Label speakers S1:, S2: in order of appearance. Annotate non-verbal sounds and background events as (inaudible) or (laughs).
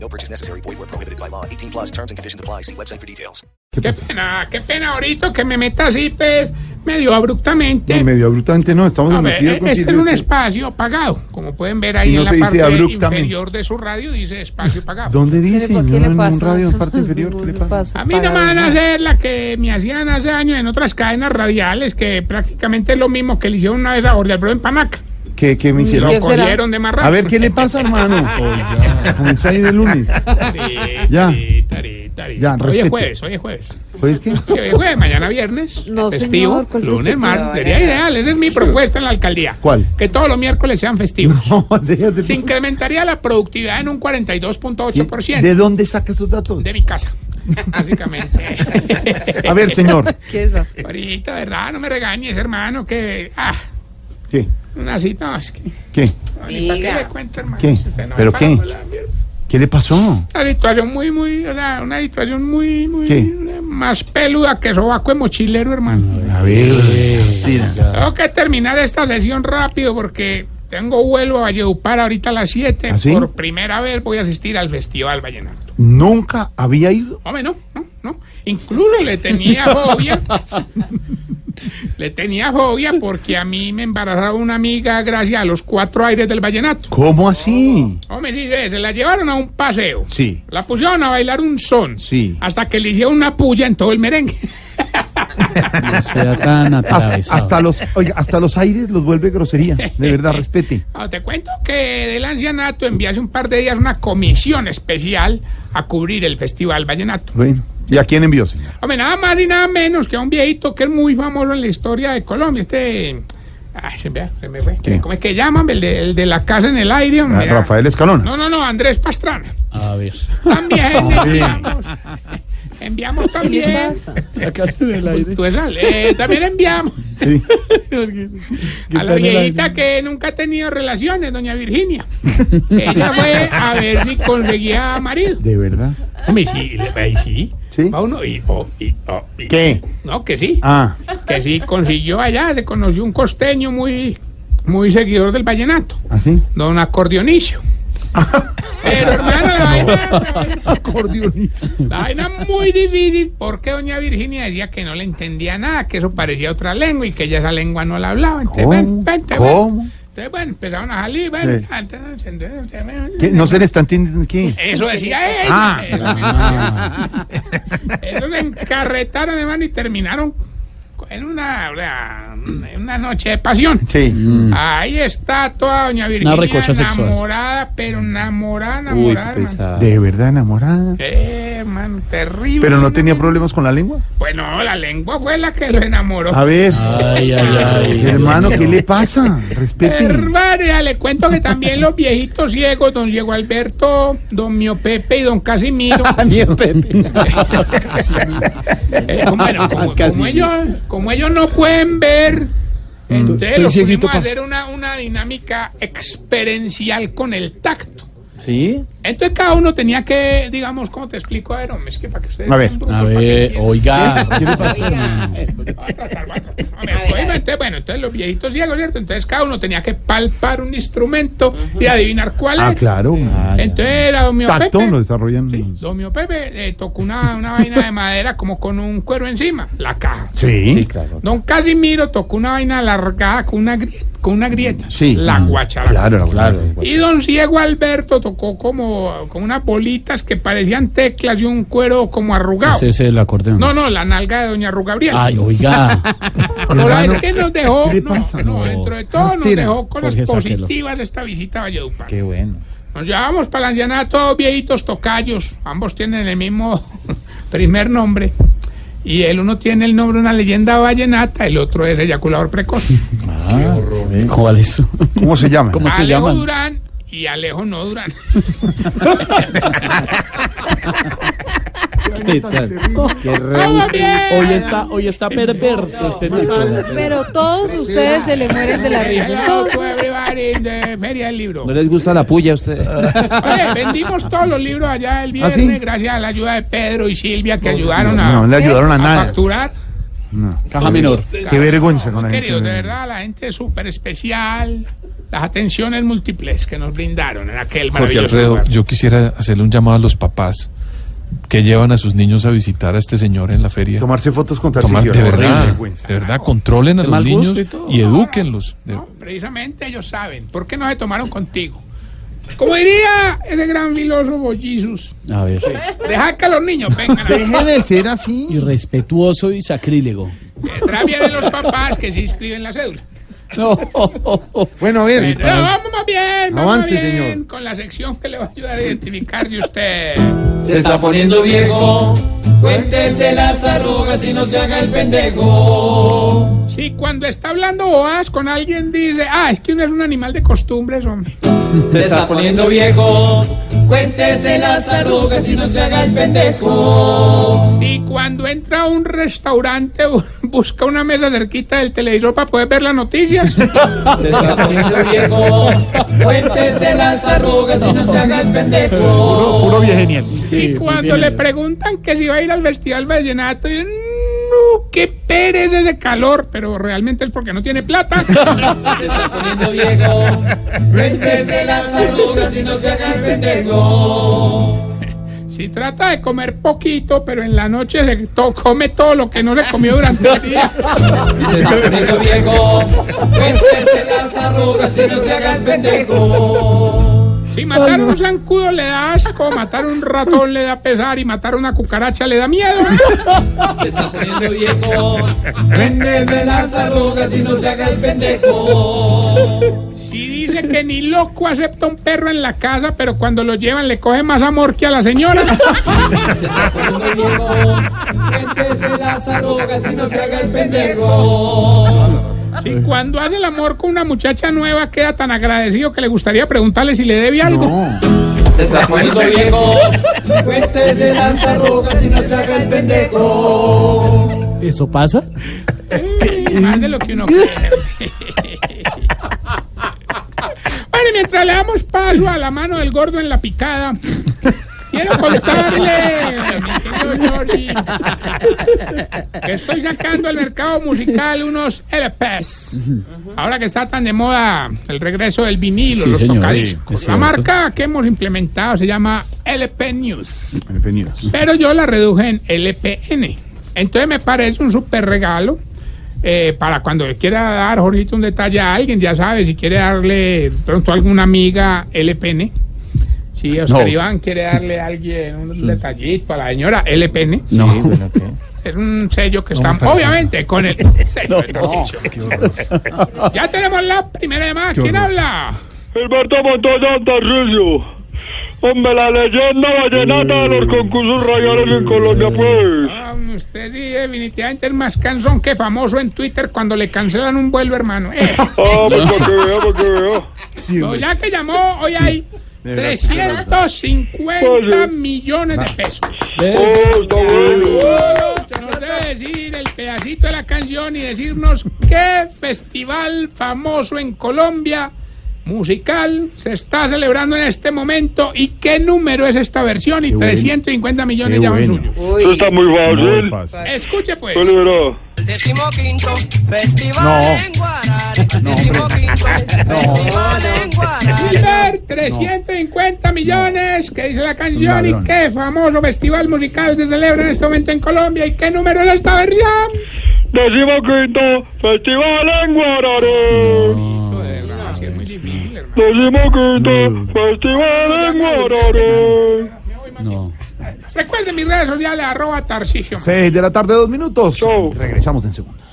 S1: No purchase necessary. Void where prohibited by law. 18 plus terms and conditions apply. See website for details.
S2: Qué pena, qué pena ahorita que me meta así, pues, medio abruptamente.
S3: Y medio abruptamente no, estamos
S2: A ver,
S3: sometidos
S2: eh,
S3: con
S2: este es
S3: silencio.
S2: un espacio pagado. Como pueden ver ahí
S3: Y no
S2: en la
S3: se dice
S2: parte
S3: abruptamente.
S2: inferior de su radio, dice espacio
S3: (laughs)
S2: pagado.
S3: ¿Dónde dice?
S4: ¿Por
S3: No,
S4: qué
S3: en
S4: le pasa?
S3: un radio en parte
S4: Los
S3: inferior, ¿qué le
S4: gurús le
S3: pasa?
S4: pasan
S2: A mí no me
S4: pagados,
S2: van a
S4: ¿no?
S2: hacer la que me hacían hace años en otras cadenas radiales, que prácticamente es lo mismo que le hicieron una vez a Jorge Alfredo en Panaca.
S3: ¿Qué, qué me hicieron?
S2: Lo
S4: ¿Qué será?
S2: cogieron de marrano.
S3: A ver, ¿qué le pasa,
S2: (laughs)
S3: hermano? Comenzó ahí de lunes. (laughs) Ya. Ya,
S2: Hoy
S3: respete.
S2: es jueves, hoy es jueves.
S3: Pues qué,
S2: Que hoy es jueves, mañana viernes.
S4: (laughs) No,
S2: festivo.
S4: señor, ¿cuál
S2: lunes,
S4: festivo?
S2: martes. Sería ideal, esa es mi propuesta en la alcaldía.
S3: ¿Cuál?
S2: Que todos los miércoles sean festivos.
S3: no, (laughs) déjate.
S2: Se incrementaría la productividad en un 42.8%.
S3: ¿De dónde saca esos datos?
S2: de mi casa,
S3: (laughs)
S2: básicamente.
S3: A ver, señor.
S4: ¿Qué es eso?
S2: Ahorita, ¿verdad? No me regañes, hermano, que... Ah,
S3: ¿Qué?
S2: una cita, no, es que...
S3: ¿Qué?
S2: ahorita, ¿Para qué le cuento, hermano?
S3: ¿Qué?
S2: Si usted no me
S3: ¿Pero
S2: para
S3: qué?
S2: volar, mierda.
S3: ¿Qué le pasó?
S2: Una situación muy, muy... Una, una situación muy, muy...
S3: ¿Qué?
S2: una- Más peluda que sobaco de mochilero, hermano.
S3: A ver, tira.
S2: Tengo que terminar esta sesión rápido porque... Tengo vuelo a Valledupar ahorita a las 7.
S3: ¿Ah, sí?
S2: Por primera vez voy a asistir al Festival Vallenato.
S3: Nunca había ido.
S2: Hombre, no, no, no. Incluso le tenía fobia. le tenía fobia porque a mí me embarazaba una amiga gracias a los cuatro aires del vallenato.
S3: ¿Cómo así?
S2: Hombre, sí, eh, se se la llevaron a un paseo.
S3: Sí.
S2: La pusieron a bailar un son.
S3: Sí.
S2: Hasta que le hicieron una puya en todo el merengue.
S3: Hasta, hasta los, oiga, hasta los aires los vuelve grosería. De verdad, respete.
S2: Ah, te cuento que del ancianato envié hace un par de días una comisión especial a cubrir el Festival Vallenato.
S3: Bueno, ¿y a quién envió, señor?
S2: Hombre, nada más y nada menos que a un viejito que es muy famoso en la historia de Colombia. Este. Ay, se me, se me fue.
S3: ¿Qué?
S2: ¿Cómo es que llaman? El de, el de la casa en el aire.
S3: A
S2: hombre.
S3: Ah, Rafael Escalona.
S2: No, no, no, Andrés Pastrana.
S5: A ver.
S2: También
S3: Hombre.
S2: enviamos. Enviamos
S4: ¿Qué le
S2: también.
S4: pasa?
S5: La casa del aire.
S2: Tú esa, eh, también enviamos
S3: Sí.
S2: a la
S5: está en el
S2: viejita
S5: aire.
S2: que nunca ha tenido relaciones, doña Virginia. Ella fue a ver si conseguía marido.
S3: De verdad.
S2: Hombre, sí, le- ahí sí.
S3: Sí.
S2: Va uno y, oh, y, oh, y-
S3: ¿Qué?
S2: No, que sí.
S3: Ah,
S2: que sí consiguió allá, se conoció un costeño muy, muy seguidor del vallenato,
S3: ¿así?
S2: don
S3: (laughs)
S2: Acordeonicio. Pero hermano, la vaina,
S3: Acordeonismo.
S2: la vaina muy difícil porque doña Virginia decía que no le entendía nada, que eso parecía otra lengua y que ella esa lengua no la hablaba. Entonces, ven,
S3: ¿Cómo?
S2: ven, te ven.
S3: ¿Cómo?
S2: Entonces, bueno, empezaron a salir, ah, ven,
S3: Sí.
S2: antes de encender, te ven.
S3: ¿Qué? ¿No se le está entendiendo qué?
S2: Eso decía él.
S3: Ah.
S2: Eso se encarretaron de mano y terminaron en una, una- en una noche de pasión.
S3: Sí.
S2: Ahí está toda doña Virginia
S5: Mm. recocha sexual.
S2: enamorada, pero enamorada,
S5: Uy,
S2: enamorada.
S5: qué
S2: hermano.
S5: pesado.
S3: De verdad enamorada.
S2: Eh, man, terrible.
S3: Pero no
S2: hermano.
S3: tenía problemas con la lengua.
S2: Pues no, la lengua fue la que lo enamoró.
S3: A ver,
S5: Ay, ay, (laughs) ay.
S3: hermano, ¿qué le pasa? Respete.
S2: Hermano, ya le cuento que también los viejitos ciegos, don Diego Alberto, don Mio Pepe y don
S5: (laughs)
S2: Casimiro,
S5: Daniel Pepe.
S2: (laughs) Eh, como, bueno, como- como
S5: Casi.
S2: ellos, como ellos no pueden ver, entonces
S5: El
S2: los
S5: Mm. cieguito
S2: pudimos
S5: pasa.
S2: hacer una, una dinámica experiencial con el tacto.
S5: (laughs) ¿Sí?
S2: Entonces cada uno tenía que, digamos, ¿cómo te explico? A ver, hombre, es que para que ustedes...
S3: A ver.
S2: vean,
S5: A
S2: pues, para que
S5: ver,
S2: entiendan. pues, Voy a
S5: oiga.
S2: tratar, voy a tratar. (laughs) A ver, pues, entonces, bueno, entonces los viejitos ciegos, ¿cierto? Entonces cada uno tenía que palpar un instrumento y adivinar cuál
S3: Ah,
S2: era.
S3: claro.
S2: Entonces era don Mio
S3: Tacto
S2: Pepe.
S3: lo desarrollan.
S2: Sí,
S3: Sí.
S2: Domio Pepe eh, tocó una, una vaina de madera como con un cuero encima, la caja.
S5: Sí,
S3: Sí.
S5: claro.
S2: Don Casimiro tocó una vaina alargada con una grieta, con una grieta
S3: Sí.
S2: la
S3: Mm,
S2: guacharaca.
S3: Claro, claro.
S2: Y don Ciego Alberto tocó como con unas bolitas que parecían teclas y un cuero como arrugado.
S5: Ese es el acordeón.
S2: No, no, la nalga de doña Rugabriela.
S5: Ay, oh, oiga.
S2: Ahora
S3: hermano,
S2: es que nos dejó,
S3: ¿qué le
S2: no,
S3: pasa?
S2: no,
S5: No.
S2: dentro de todo nos
S3: Mentira.
S2: dejó cosas
S5: Jorge, sáquelo.
S2: positivas esta visita a Valledupar.
S5: Qué bueno.
S2: Nos llevamos para el ancianato viejitos tocayos. Ambos tienen el mismo (laughs) primer nombre. Y el uno tiene el nombre de una leyenda vallenata, el otro es eyaculador precoz.
S5: Ah, ¿Cuál es?
S3: ¿Cómo se llama?
S5: ¿Cómo se
S2: Alejo
S5: llaman?
S2: Durán y Alejo no Durán.
S5: teta. Qué rebusque. Hoy está, hoy está perverso este tipo.
S4: Pero todos ustedes se le mueren de
S2: (laughs)
S4: la risa.
S2: Hello
S4: Todos.
S2: to everybody in the Feria del Libro.
S6: ¿No les gusta la puya a ustedes?
S2: Oye, vendimos todos los libros allá el viernes,
S3: ¿Ah, sí?
S2: gracias a la ayuda de Pedro y Silvia que ayudaron a,
S3: No, le ayudaron a
S2: a
S3: nada.
S2: facturar.
S5: Caja menor.
S3: Qué vergüenza con la gente. eh.
S2: Queridos, de verdad, la gente súper especial, las atenciones múltiples que nos brindaron en aquel
S7: Jorge
S2: maravilloso
S7: Alfredo,
S2: lugar.
S7: yo quisiera hacerle un llamado a los papás que llevan a sus niños a visitar a este señor en la feria.
S3: Tomarse fotos con
S7: Tomar-
S3: Tarcisio.
S7: de
S3: horrible
S7: verdad,
S3: vergüenza.
S7: de verdad, controlen a
S5: De
S7: los
S5: mal gusto
S7: niños
S5: y todo.
S7: y edúquenlos. De-
S2: No, precisamente ellos saben. ¿Por qué no se tomaron contigo? Como diría el gran filósofo Jesus,
S5: A ver.
S2: deja que los niños vengan.
S3: (laughs)
S2: a-
S3: Deje de ser así.
S5: Irrespetuoso y sacrílego.
S2: Detrás vienen los papás que se inscriben la cédula.
S5: No.
S3: Bueno, a ver.
S2: Pero vamos más bien, vamos
S3: Avance,
S2: bien
S3: señor.
S2: con la sección que le va a ayudar a identificar si usted...
S6: Se está poniendo viejo. Cuéntese las arrugas y no se haga el pendejo.
S2: Si cuando está hablando boas con alguien dice, ah, es que uno es un animal de costumbres, hombre.
S6: Se está poniendo viejo. Cuéntese las arrugas y no se haga el pendejo.
S2: Si cuando entra a un restaurante (laughs) bu- busca una mesa cerquita del televisor para poder ver las noticias.
S6: Se está poniendo viejo. Cuéntese las arrugas y no se haga el pendejo.
S3: Puro viejenial.
S2: Y cuando le preguntan que si va a ir al festival vallenato, dicen, no, qué pereza de calor, pero realmente es porque no tiene plata.
S6: Se está poniendo viejo. Cuéntese las arrugas y no se haga el pendejo.
S2: si trata de comer poquito, pero en la noche se to- come todo lo que no le comió durante el día.
S6: Se está poniendo viejo. este Cuéntese las arrugas y no se haga el pendejo.
S2: Si matar un zancudo le da asco, matar un ratón le da pesar y matar una cucaracha le da miedo.
S6: Se está poniendo viejo. Cuéntese las arrugas y no se haga el pendejo.
S2: Si dice que ni loco acepta un perro en la casa, pero cuando lo llevan le coge más amor que a la señora.
S6: (laughs) Se está poniendo viejo.
S2: (laughs)
S6: Cuéntese las arrugas y no se haga el pendejo.
S2: Si cuando hace el amor con una muchacha nueva queda tan agradecido que le gustaría preguntarle si le debe algo.
S3: No.
S6: Se está poniendo viejo. este Cuéntese las arrugas y no se haga el pendejo.
S5: ¿Eso pasa?
S2: Más de lo que uno quiere. bueno, y mientras le damos paso a la mano del gordo en la picada, quiero contarle, mi querido Jordi, que estoy sacando al mercado musical unos LPs. Ahora que está tan de moda el regreso del vinilo,
S5: Sí,
S2: los
S5: señor, sí,
S2: tocadiscos.
S5: es
S2: la
S5: cierto.
S2: marca que hemos implementado se llama LP News.
S3: Bienvenidos.
S2: Pero yo la reduje en LPN. Entonces me parece un súper regalo eh, para cuando le quiera dar, Jorgito, un detalle a alguien, ya sabe, si quiere darle de pronto a alguna amiga LPN. Si Oscar Iván quiere darle a alguien un detallito a la señora LPN,
S5: No.
S2: es un sello que está,
S7: parece
S2: obviamente, con el sello de transición. (laughs) Ya tenemos la primera llamada. ¿Quién habla?
S8: Gilberto Montoya Tarrillo. Hombre, la leyenda vallenata de los concursos radiales en Colombia, pues.
S2: Ah, usted sí, definitivamente es más cansón que famoso en Twitter cuando le cancelan un vuelo, hermano. Eh.
S8: Ah, pues para que vea, para que vea.
S2: No, ya que llamó, hoy hay 350
S8: Oye.
S2: millones
S3: Ah.
S2: de pesos.
S8: Oh, está bueno.
S2: Nos debe decir el pedacito de la canción y decirnos qué festival famoso en Colombia musical se está celebrando en este momento y qué número es esta versión y
S3: Qué bueno.
S2: 350 millones
S3: Qué
S2: ya van
S3: bueno.
S2: suyos.
S8: Eso está muy
S3: Muy
S8: fácil.
S3: fácil.
S2: Escuche pues.
S8: Fue liberado.
S9: Décimo quinto, festival en Guarare. Décimo quinto, festival en Guarare.
S2: Silver, 350 millones, que dice la canción y
S3: Ladrón.
S2: qué famoso festival musical se celebra en este momento en Colombia y qué número es esta versión.
S8: Décimo quinto, Festival en Guararé.
S2: Sí, es muy difícil, hermano.
S8: Décimo quinto, Festival en Guararé.
S5: No.
S2: Recuerden mis redes sociales, arroba Tarcisio.
S3: Seis de la tarde, dos minutos.
S8: Chau.
S3: Regresamos en segundos.